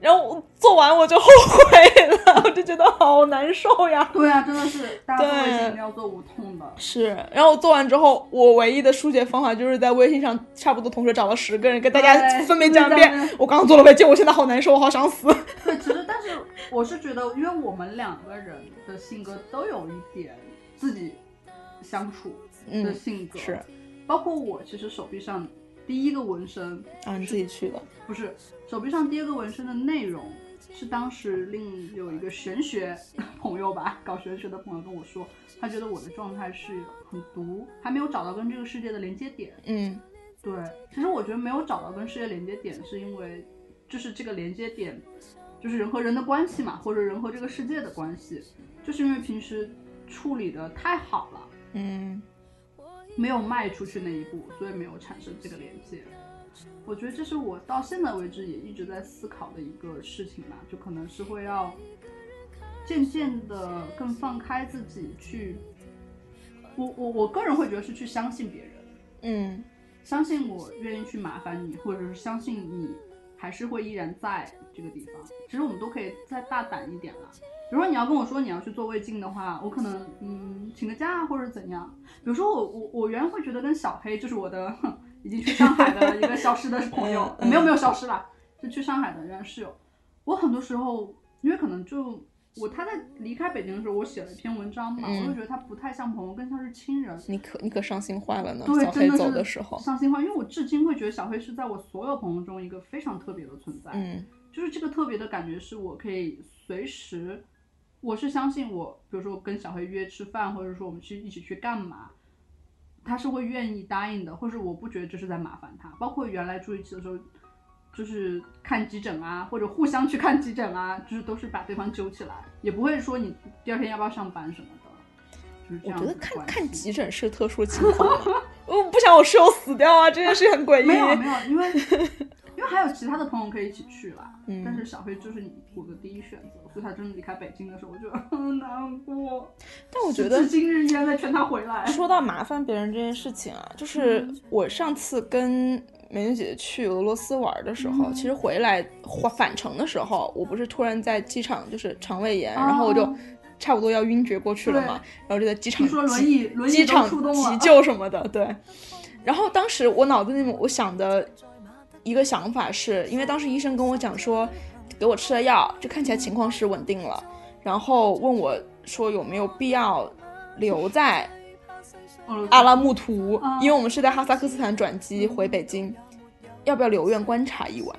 C: 然后我做完我就后悔了，我就觉得好难受呀。
B: 对啊，真的是大家做
C: 对
B: 微信一定要做无痛的。
C: 是，然后做完之后，我唯一的疏解方法就是在微信上，差不多同时找了十个人，跟大家
B: 对
C: 分别讲一
B: 分别讲一
C: 遍。我刚刚做了胃镜，我现在好难受，我好想死。
B: 对，其实但是我是觉得，因为我们两个人的性格都有一点自己相处的
C: 嗯，
B: 性格，
C: 是
B: 包括我其实手臂上第一个纹身
C: 啊，你自己去的，
B: 不是手臂上第二个纹身的内容，是当时另有一个玄学朋友吧，搞玄学的朋友跟我说，他觉得我的状态是很毒，还没有找到跟这个世界的连接点。
C: 嗯
B: 对，其实我觉得没有找到跟世界连接点，是因为就是这个连接点，就是人和人的关系嘛，或者人和这个世界的关系，就是因为平时处理的太好了，
C: 嗯
B: 没有迈出去那一步，所以没有产生这个连接。我觉得这是我到现在为止也一直在思考的一个事情吧，就可能是会要渐渐的更放开自己去，我我我个人会觉得是去相信别人，
C: 嗯，
B: 相信我愿意去麻烦你，或者是相信你还是会依然在这个地方。其实我们都可以再大胆一点啦。比如说你要跟我说你要去做胃镜的话，我可能嗯请个假或者怎样。比如说我我我原来会觉得跟小黑就是我的哼已经去上海的一个消失的朋友
C: 嗯嗯
B: 没有没有消失啦，就去上海的原来室友。我很多时候因为可能就我他在离开北京的时候，我写了一篇文章嘛，
C: 嗯
B: 我就觉得他不太像朋友，更像是亲人。
C: 你可你可伤心坏了呢，
B: 对，
C: 小
B: 真
C: 黑
B: 的
C: 走
B: 是
C: 的时候，
B: 伤心坏，因为我至今会觉得小黑是在我所有朋友中一个非常特别的存在。
C: 嗯
B: 就是这个特别的感觉，是我可以随时，我是相信我，比如说我跟小黑约吃饭，或者说我们去一起去干嘛，他是会愿意答应的，或是我不觉得这是在麻烦他。包括原来住一起的时候，就是看急诊啊，或者互相去看急诊啊，就是都是把对方揪起来，也不会说你第二天要不要上班什么的。就是这
C: 我
B: 样
C: 觉
B: 子
C: 得
B: 的
C: 看
B: 关
C: 看
B: 系
C: 急诊是特殊情况吧， 我不想我室友死掉啊，这件事很诡
B: 没有
C: 异。
B: 没有，因 为因为还有其他的朋友可以一起去啦。
C: 嗯
B: 但是小黑就是你我的第一选择，所以他真的离开北京的时候，我就很难过。
C: 但我觉
B: 直
C: 得
B: 至今日依然在劝他回 来。
C: 说到麻烦别人这件事情啊，就是
B: 嗯
C: 我上次跟美女姐姐去俄罗斯玩的时候，其实
B: 嗯
C: 回来回返程的时候，我不是突然在机场就是肠胃炎，然后我就
B: 哦
C: 差不多要晕厥过去了嘛，然后就在机场
B: 你说轮椅轮
C: 机
B: 椅
C: 场
B: 都触动
C: 急
B: 了，
C: 救什么的，对。然后当时我脑子里面我想的一个想法是，因为当时医生跟我讲说，给我吃了药，就看起来情况是稳定了，然后问我说有没有必要留在
B: 嗯
C: 阿拉木图
B: 啊，嗯
C: 因为我们是在哈萨克斯坦转机回北京，要不要留院观察一晚？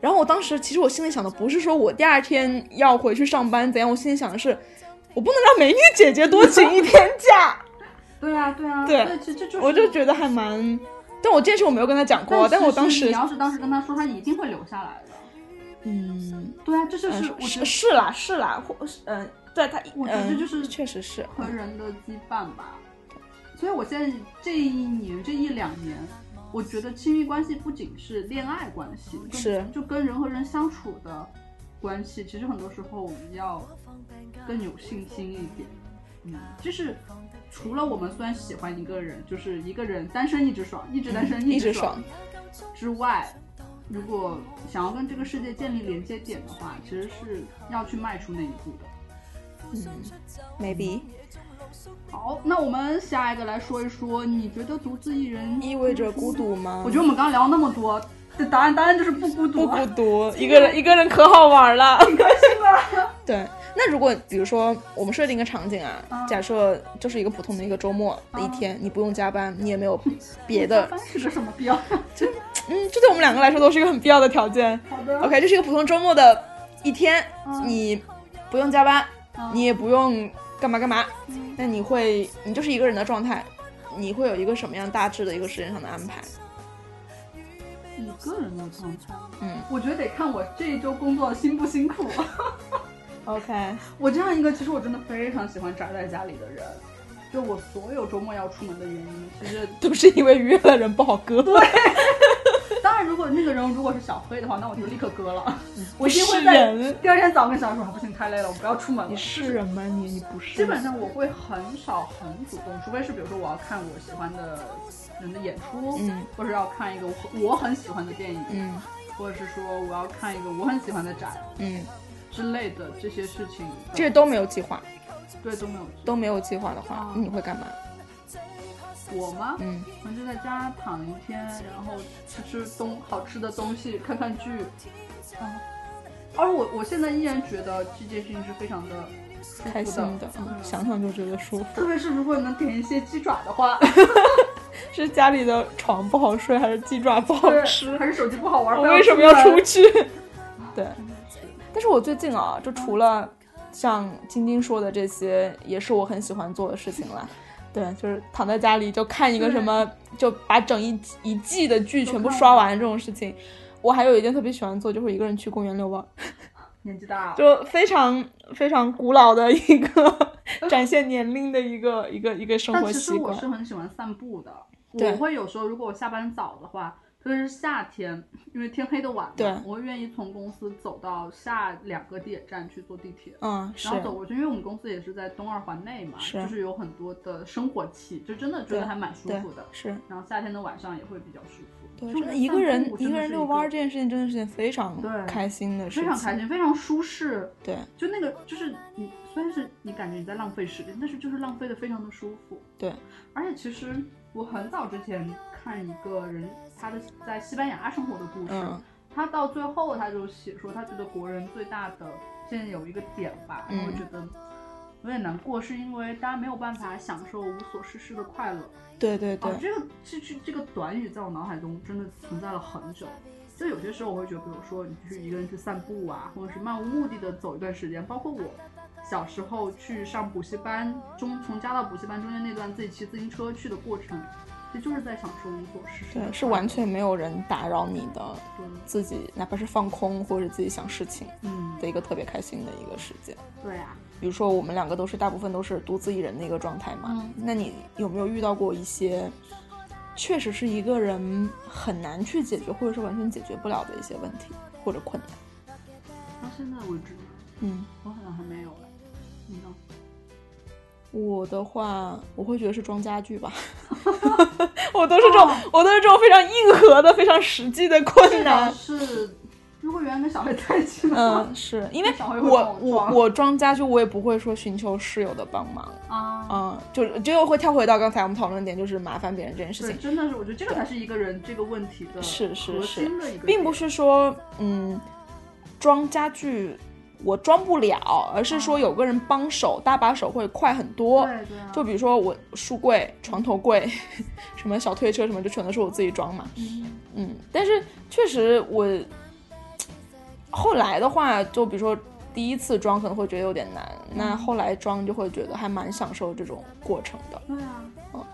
C: 然后我当时其实我心里想的不是说我第二天要回去上班怎样，我心里想的是，我不能让美女姐姐多请一天假，
B: 对啊对啊，
C: 对
B: 对，这这 就是
C: 我就觉得还蛮。但我这件事我没有跟她讲过，
B: 但
C: 但我
B: 其实
C: 当时
B: 你要是当时跟他说，他一定会留下来的。
C: 嗯，
B: 对啊，这就是
C: 呃
B: 我觉
C: 是
B: 得
C: 是啦是啦，或是嗯，对她
B: 我觉得
C: 嗯
B: 就是
C: 确实是
B: 和人的羁绊吧。所以我现在这一年这一两年，我觉得亲密关系不仅是恋爱关系，就是就跟人和人相处的关系，其实很多时候我们要更有信心一点。嗯，就是除了我们虽然喜欢一个人，就是一个人单身一直爽，一直单身
C: 嗯一
B: 直
C: 直爽，
B: 之外，如果想要跟这个世界建立连接点的话，其实是要去迈出那一步的。
C: 嗯，maybe
B: 好，那我们下一个来说一说，你觉得独自一人
C: 意味着孤？独吗？
B: 我觉得我们刚刚聊那么多，这答案答案就是不孤独
C: 不
B: 啊。
C: 孤 独，一个人一个人可好玩了，
B: 啊
C: 对，那如果比如说我们设定一个场景啊，
B: 嗯
C: 假设就是一个普通的一个周末的一
B: 嗯
C: 天，你不用加班，你也没有 别
B: 加
C: 的，
B: 班是个什么标？
C: 嗯，这对我们两个来说都是一个很必要的条件。
B: 好的
C: OK，这是一个普通周末的一天，
B: 嗯
C: 你不用加班，
B: 嗯
C: 你也不用干嘛干嘛，那你会你就是一个人的状态，你会有一个什么样大致的一个时间上的安排？
B: 一个人的状态，
C: 嗯
B: 我觉得得看我这一周工作辛不辛苦。
C: ，OK，
B: 我这样一个其实我真的非常喜欢宅在家里的人，就我所有周末要出门的原因，其 实
C: 都是因为约了人不好割。
B: 当然，如果那个人如果是小黑的话，那我就立刻割了。我一定
C: 是
B: 会在
C: 人，
B: 第二天早上跟小黑说，啊不行，太累了，我不要出门了。
C: 你是人吗？你你不是。
B: 基本上我会很少很主动，除非是比如说我要看我喜欢的人的演出，
C: 嗯
B: 或者要看一个我我很喜欢的电影，
C: 嗯
B: 或者是说我要看一个我很喜欢的展
C: 嗯，
B: 之类的这些事情，
C: 这都没有计划，
B: 对都没有。
C: 都没有计划的话，
B: 啊
C: 你会干嘛？
B: 我吗？
C: 嗯
B: 我就在家躺一天，然后吃吃东好吃的东西，看看剧，嗯，而我我现在依然觉得这件事情是非常的舒服
C: 开心
B: 的，
C: 的，嗯想想就觉得舒服
B: 特。别是如果能点一些鸡爪的话，
C: 是家里的床不好睡，还是鸡爪不好
B: 对
C: 吃？
B: 还是手机不好玩，
C: 我
B: 非
C: 为什么要
B: 出
C: 出
B: 门？
C: 去？对，但是我最近啊，就除了像晶晶说的这些，也是我很喜欢做的事情啦。对，就是躺在家里就看一个什么，就把整一集一季的剧全部刷完这种事情。我还有一件特别喜欢做，就是一个人去公园遛弯，
B: 年纪大了，
C: 就非常非常古老的一个 展现年龄的一个一个一个生
B: 但
C: 活
B: 其
C: 习
B: 实我
C: 惯
B: 是。很喜欢散步的，
C: 对
B: 我会有时候如果我下班早的话，特别是夏天，因为天黑的晚嘛，
C: 对
B: 我会愿意从公司走到下两个地铁站去坐地铁。
C: 嗯，是
B: 然后走过去，因为我们公司也是在东二环内嘛，
C: 是
B: 就是有很多的生活气，就真的觉
C: 对
B: 得还蛮舒
C: 对
B: 服的。
C: 是。
B: 然后夏天的晚上也会比较舒服。
C: 对，
B: 就
C: 真的
B: 是
C: 一
B: 散
C: 个人
B: 步真
C: 一
B: 的
C: 个人
B: 是
C: 遛
B: 一
C: 弯儿
B: 个
C: 这件事情真的是件非常
B: 对
C: 开心的事
B: 非
C: 情，
B: 常开心，非常舒适。
C: 对，
B: 就那个就是你，虽然是你感觉你在浪费时间，但是就是浪费的非常的舒服。
C: 对，
B: 而且其实我很早之前看一个人他的在西班牙生活的故事，
C: 嗯
B: 他到最后他就写说，他觉得国人最大的现在有一个点吧，
C: 嗯
B: 让我觉得有点难过，是因为大家没有办法享受无所事事的快乐。
C: 对对对
B: 啊，，这个这这这个短语在我脑海中真的存在了很久。就有些时候我会觉得，比如说你去一个人去散步啊，或者是漫无目的的走一段时间，包括我小时候去上补习班中，从家到补习班中间那段自己骑自行车去的过程，这就是在享受无所事事的快乐。
C: 对，是完全没有人打扰你的，
B: 对，
C: 自己哪怕是放空或者自己想事情
B: 嗯，
C: 的一个特别开心的一个时间。
B: 对啊，
C: 比如说我们两个都是大部分都是独自一人的一个状态嘛，
B: 嗯
C: 那你有没有遇到过一些？确实是一个人很难去解决，或者是完全解决不了的一些问题或者困难。
B: 到现在为止，
C: 嗯，
B: 我好像还没有哎，你呢？
C: 我的话，我会觉得是装家具 吧，我都是这种，
B: 哦
C: 我都是这种非常硬核的、非常实际的困难。
B: 是，如果原来跟小黑在一起的话，
C: 嗯，是 因为
B: 至少会帮
C: 我
B: 我
C: 我
B: 装
C: 我装家具，我也不会说寻求室友的帮忙，
B: 啊，
C: 嗯，就就又会跳回到刚才我们讨论的点，就是麻烦别人这件事
B: 对，
C: 情，
B: 真的是，我觉得这个才是一个人这个问题的
C: 是是
B: 核
C: 是
B: 心的一个点，
C: 并不是说嗯装家具我装不了，而是说有个人帮手搭把手会快很多。
B: 对对啊，
C: 就比如说我书柜、床头柜， 什么小推车什么，就全都是我自己装嘛。
B: 嗯
C: 嗯，但是确实我后来的话，就比如说第一次装可能会觉得有点难，那后来装就会觉得还蛮享受这种过程的。
B: 对啊，
C: 嗯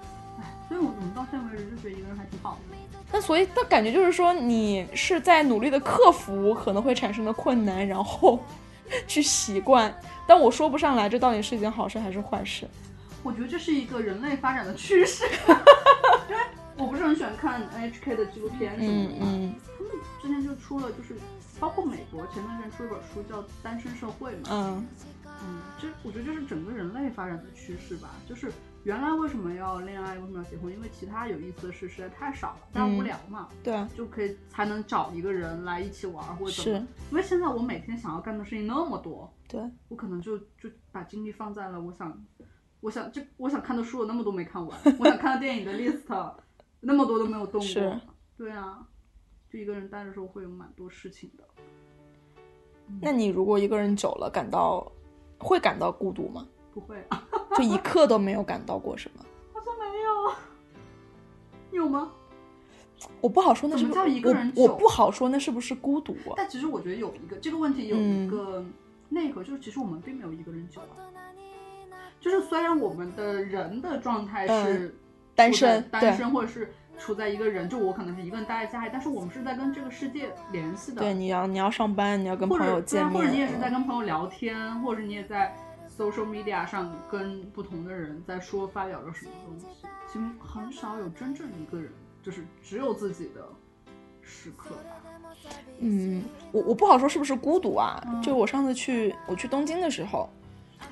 B: 哎，所以我们到现在为止就觉得一个人还挺好的，
C: 那所以，那感觉就是说，你是在努力的克服可能会产生的困难，然后 去习惯。但我说不上来，这到底是一件好事还是坏事？
B: 我觉得这是一个人类发展的趋势， 因为我不是很喜欢看 NHK 的纪录片什么
C: 嗯
B: 的嘛，
C: 嗯
B: 他们之前就出了就是。包括美国前段时间出了本书叫《单身社会》嘛，
C: 嗯，
B: 嗯，这我觉得这是整个人类发展的趋势吧。就是原来为什么要恋爱，为什么要结婚？因为其他有意思的事实在太少了，大家无
C: 嗯
B: 聊嘛。
C: 对啊，
B: 就可以才能找一个人来一起玩儿或者怎么
C: 是
B: 样。，因为现在我每天想要干的事情那么多，
C: 对，
B: 我可能就就把精力放在了我想，我想这我想看的书有那么多没看完，我想看的电影的 list 那么多都没有动
C: 是
B: 过。对啊，就一个人待着的时候会有蛮多事情的。
C: 那你如果一个人久了，感到会感到孤独吗？
B: 不会，啊
C: 就一刻都没有感到过什 么？
B: 好像没有，你有吗？
C: 我不好说那是
B: 怎
C: 不
B: 么
C: 是
B: 叫一个人
C: 我我
B: 久
C: 不好说那是不是孤独啊？
B: 但其实我觉得有一个这个问题有
C: 嗯
B: 一个内核，就是其实我们并没有一个人久啊。就是虽然我们的人的状态是
C: 嗯单
B: 处在
C: 身，
B: 单身或者是处在一个人，就我可能是一个人待在家里，但是我们是在跟这个世界联系
C: 对
B: 的，
C: 对，你要你要上班，你要跟
B: 或者
C: 朋友
B: 对
C: 见
B: 啊
C: 面，
B: 或者你也是在
C: 嗯
B: 跟朋友聊天，或者你也在 social media 上跟不同的人在说发表着什么东西，其实很少有真正一个人就是只有自己的时刻吧。
C: 嗯，我我不好说是不是孤独啊。
B: 嗯
C: 就我上次去我去东京的时候，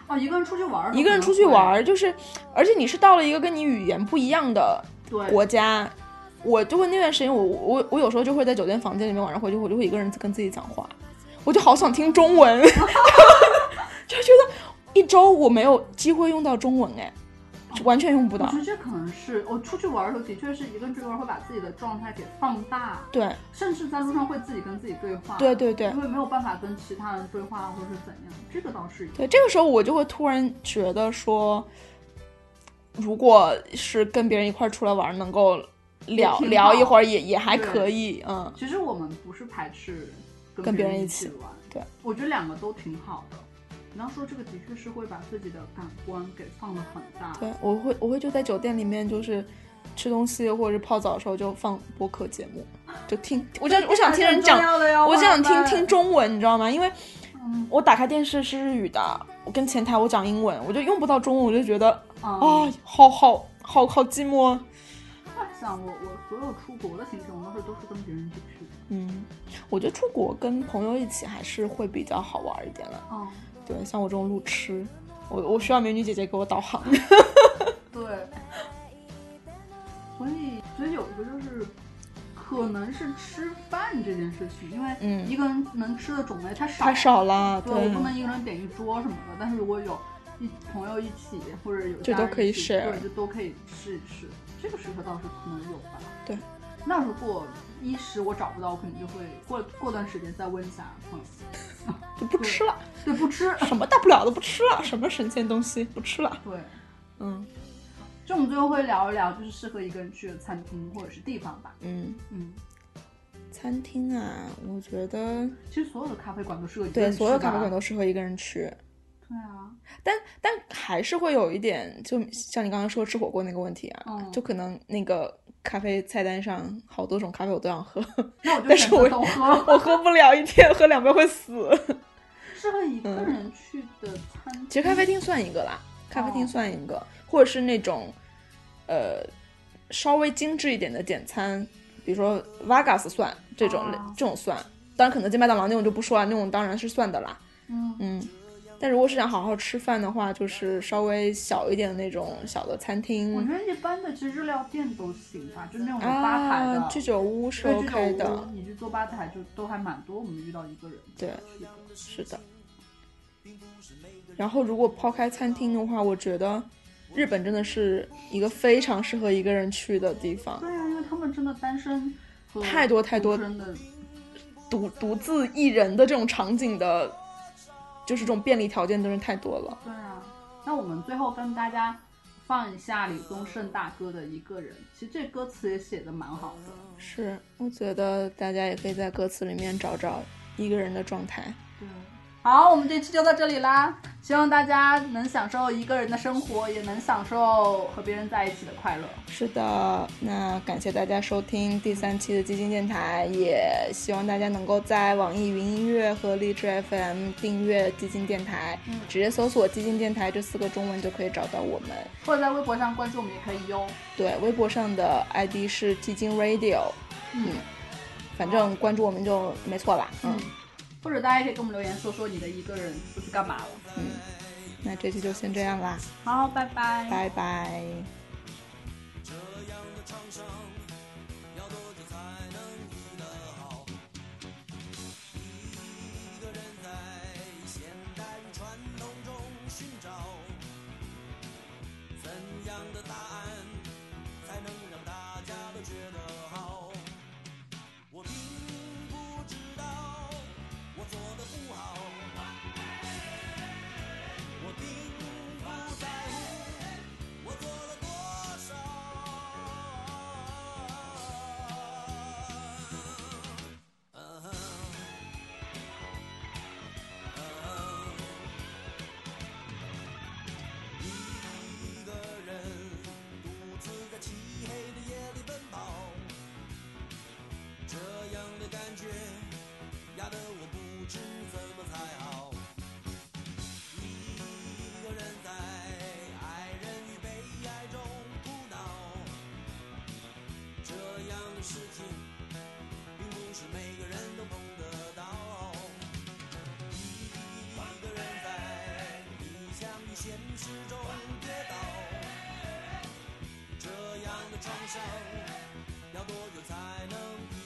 B: 哦，一个人出去玩儿的时候可能会，
C: 一个人出去玩儿，就是而且你是到了一个跟你语言不一样的
B: 对，
C: 国家，我就会那段时间我我我有时候就会在酒店房间里面晚上回去，我就会一个人跟自己讲话，我就好想听中文， 就觉得一周我没有机会用到中文哎，完全用不
B: 我
C: 到
B: 觉。得这可能是我出去玩的时候，的确是一个人出去玩会把自己的状态给放大，
C: 对
B: 甚至在路上会自己跟自己对话，
C: 对对对
B: 因为没有办法跟其他人对话或者是怎样，这个倒是有。
C: 对，这个时候我就会突然觉得说，如果是跟别人一块儿出来玩儿，能够聊
B: 挺
C: 聊一
B: 好
C: 会儿也也还
B: 对
C: 可以，嗯。
B: 其实我们不是排斥
C: 跟
B: 跟
C: 别
B: 别
C: 人一
B: 一
C: 起
B: 玩，
C: 对，
B: 我觉得两个都挺好的。你要说这个的确是会把自己的感官给放得很大，
C: 对，我会我会就在酒店里面就是吃东西或者泡澡的时候就放播客节目，就听，我就我想听人讲，我
B: 我
C: 就想听听中文，你知道吗？因为
B: 啊嗯
C: 我打开电视是日语的，我跟前台我讲英文，我就用不到中文，我就觉得
B: 啊
C: 啊、好好好好寂寞啊。
B: 幻想我我所有出国的行程，我都是都是跟别人一起去的。
C: 嗯，我觉得出国跟朋友一起还是会比较好玩一点了。
B: 嗯，
C: 对，像我这种路痴，我我需要美女姐姐给我导航。
B: 对。所以，所以有一个就是，可能是吃饭这件事情，因为
C: 嗯
B: 一个人能吃的种类太少，
C: 太少了，
B: 对我不能一个人点一桌什么的。但是如果有一朋友一起，或者有
C: 就
B: 家人
C: 都可以
B: 一起
C: share
B: 对，就都可以试一试。这个时刻倒是可能有吧。
C: 对。
B: 那如果一时我找不到，我肯定就会过过段时间再问一下朋友。
C: 就不吃了，
B: 对，不吃。
C: 什么大不了的不吃了，什么神仙东西不吃了。
B: 对。
C: 嗯
B: 就我们最后会聊一聊，就是适合一个人去的餐厅或者是地方吧。
C: 嗯，
B: 嗯，
C: 餐厅啊，我觉得
B: 其实所有的咖啡馆都适合一个
C: 对
B: 人去
C: 所有咖啡馆
B: 都
C: 都适合一个人去，
B: 对啊，
C: 但但还是会有一点，就像你刚刚说吃火锅那个问题啊，
B: 嗯
C: 就可能那个咖啡菜单上好多种咖啡我都想喝，
B: 那我就
C: 但是
B: 选择
C: 我
B: 都喝。
C: 我喝不了一天，喝两杯会死。
B: 适合一个人去的餐厅，
C: 嗯其实咖啡厅算一个
B: 哦
C: 啦，咖啡厅算一个，或者是那种，呃，稍微精致一点的简餐，比如说 Vegas 算这种、
B: 哦
C: 这种算，当然肯德基、麦当劳那种就不说了，那种当然是算的啦。
B: 嗯，
C: 嗯，但如果是想好好吃饭的话，就是稍微小一点的那种小的餐
B: 我
C: 厅
B: 觉得一般的其实日料店都行吧，就那种有吧台的
C: 嗯啊，居酒屋是
B: 对，
C: OK
B: 这
C: 的
B: 种，你去坐吧台就都还蛮多，我们遇到一个人
C: 对，
B: 去的，
C: 是的。然后如果抛开餐厅的话，我觉得日本真的是一个非常适合一个人去的地方。
B: 对啊，因为他们真的单身和
C: 太多太多
B: 独身的，
C: 独独自一人的这种场景的，就是这种便利条件真是太多了。
B: 对啊。那我们最后跟大家放一下李宗盛大哥的《一个人》，其实这歌词也写的蛮好的。
C: 是，我觉得大家也可以在歌词里面找找一个人的状态。
B: 对，嗯好，我们这期就到这里啦，希望大家能享受一个人的生活，也能享受和别人在一起的快乐。
C: 是的，那感谢大家收听第三期的基金电台，也希望大家能够在网易云音乐和荔枝 FM 订阅基金电台，
B: 嗯
C: 直接搜索“基金电台”这四个中文就可以找到我们。
B: 或者在微博上关注我们也可以哟。
C: 对，微博上的 ID 是基金 Radio，
B: 嗯
C: 反正关注我们就没错啦。嗯
B: 嗯，或者大家也可以给我们留言说说你的一个人都去干嘛了。
C: 嗯那这期就先这样啦，
B: 好，拜拜。
C: 拜拜。
D: 要多久才能？